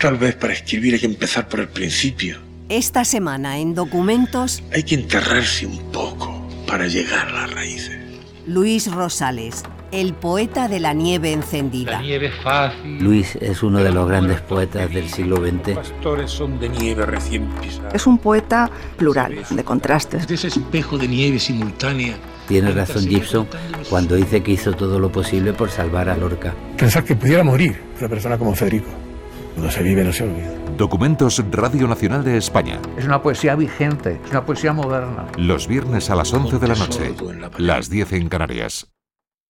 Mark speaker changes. Speaker 1: Tal vez para escribir hay que empezar por el principio.
Speaker 2: Esta semana en documentos,
Speaker 1: Hay que enterrarse un poco para llegar a las raíces.
Speaker 2: Luis Rosales, el poeta de la nieve
Speaker 3: La
Speaker 2: encendida.
Speaker 3: nieve fácil.
Speaker 4: Luis es uno de los grandes poetas del siglo XX.
Speaker 5: Pastores son de nieve recién pisada.
Speaker 6: Es un poeta plural, de contrastes.
Speaker 5: de ese espejo de nieve simultánea.
Speaker 4: Tiene razón Gibson cuando dice que hizo todo lo posible por salvar a Lorca.
Speaker 7: Pensar que pudiera morir una persona como Federico. Cuando se vive no se olvida.
Speaker 8: Documentos Radio Nacional de España.
Speaker 9: Es una poesía vigente, es una poesía moderna.
Speaker 8: Los viernes a las 11 de la noche.
Speaker 1: Sordo en la pared.
Speaker 8: Las 10 en Canarias.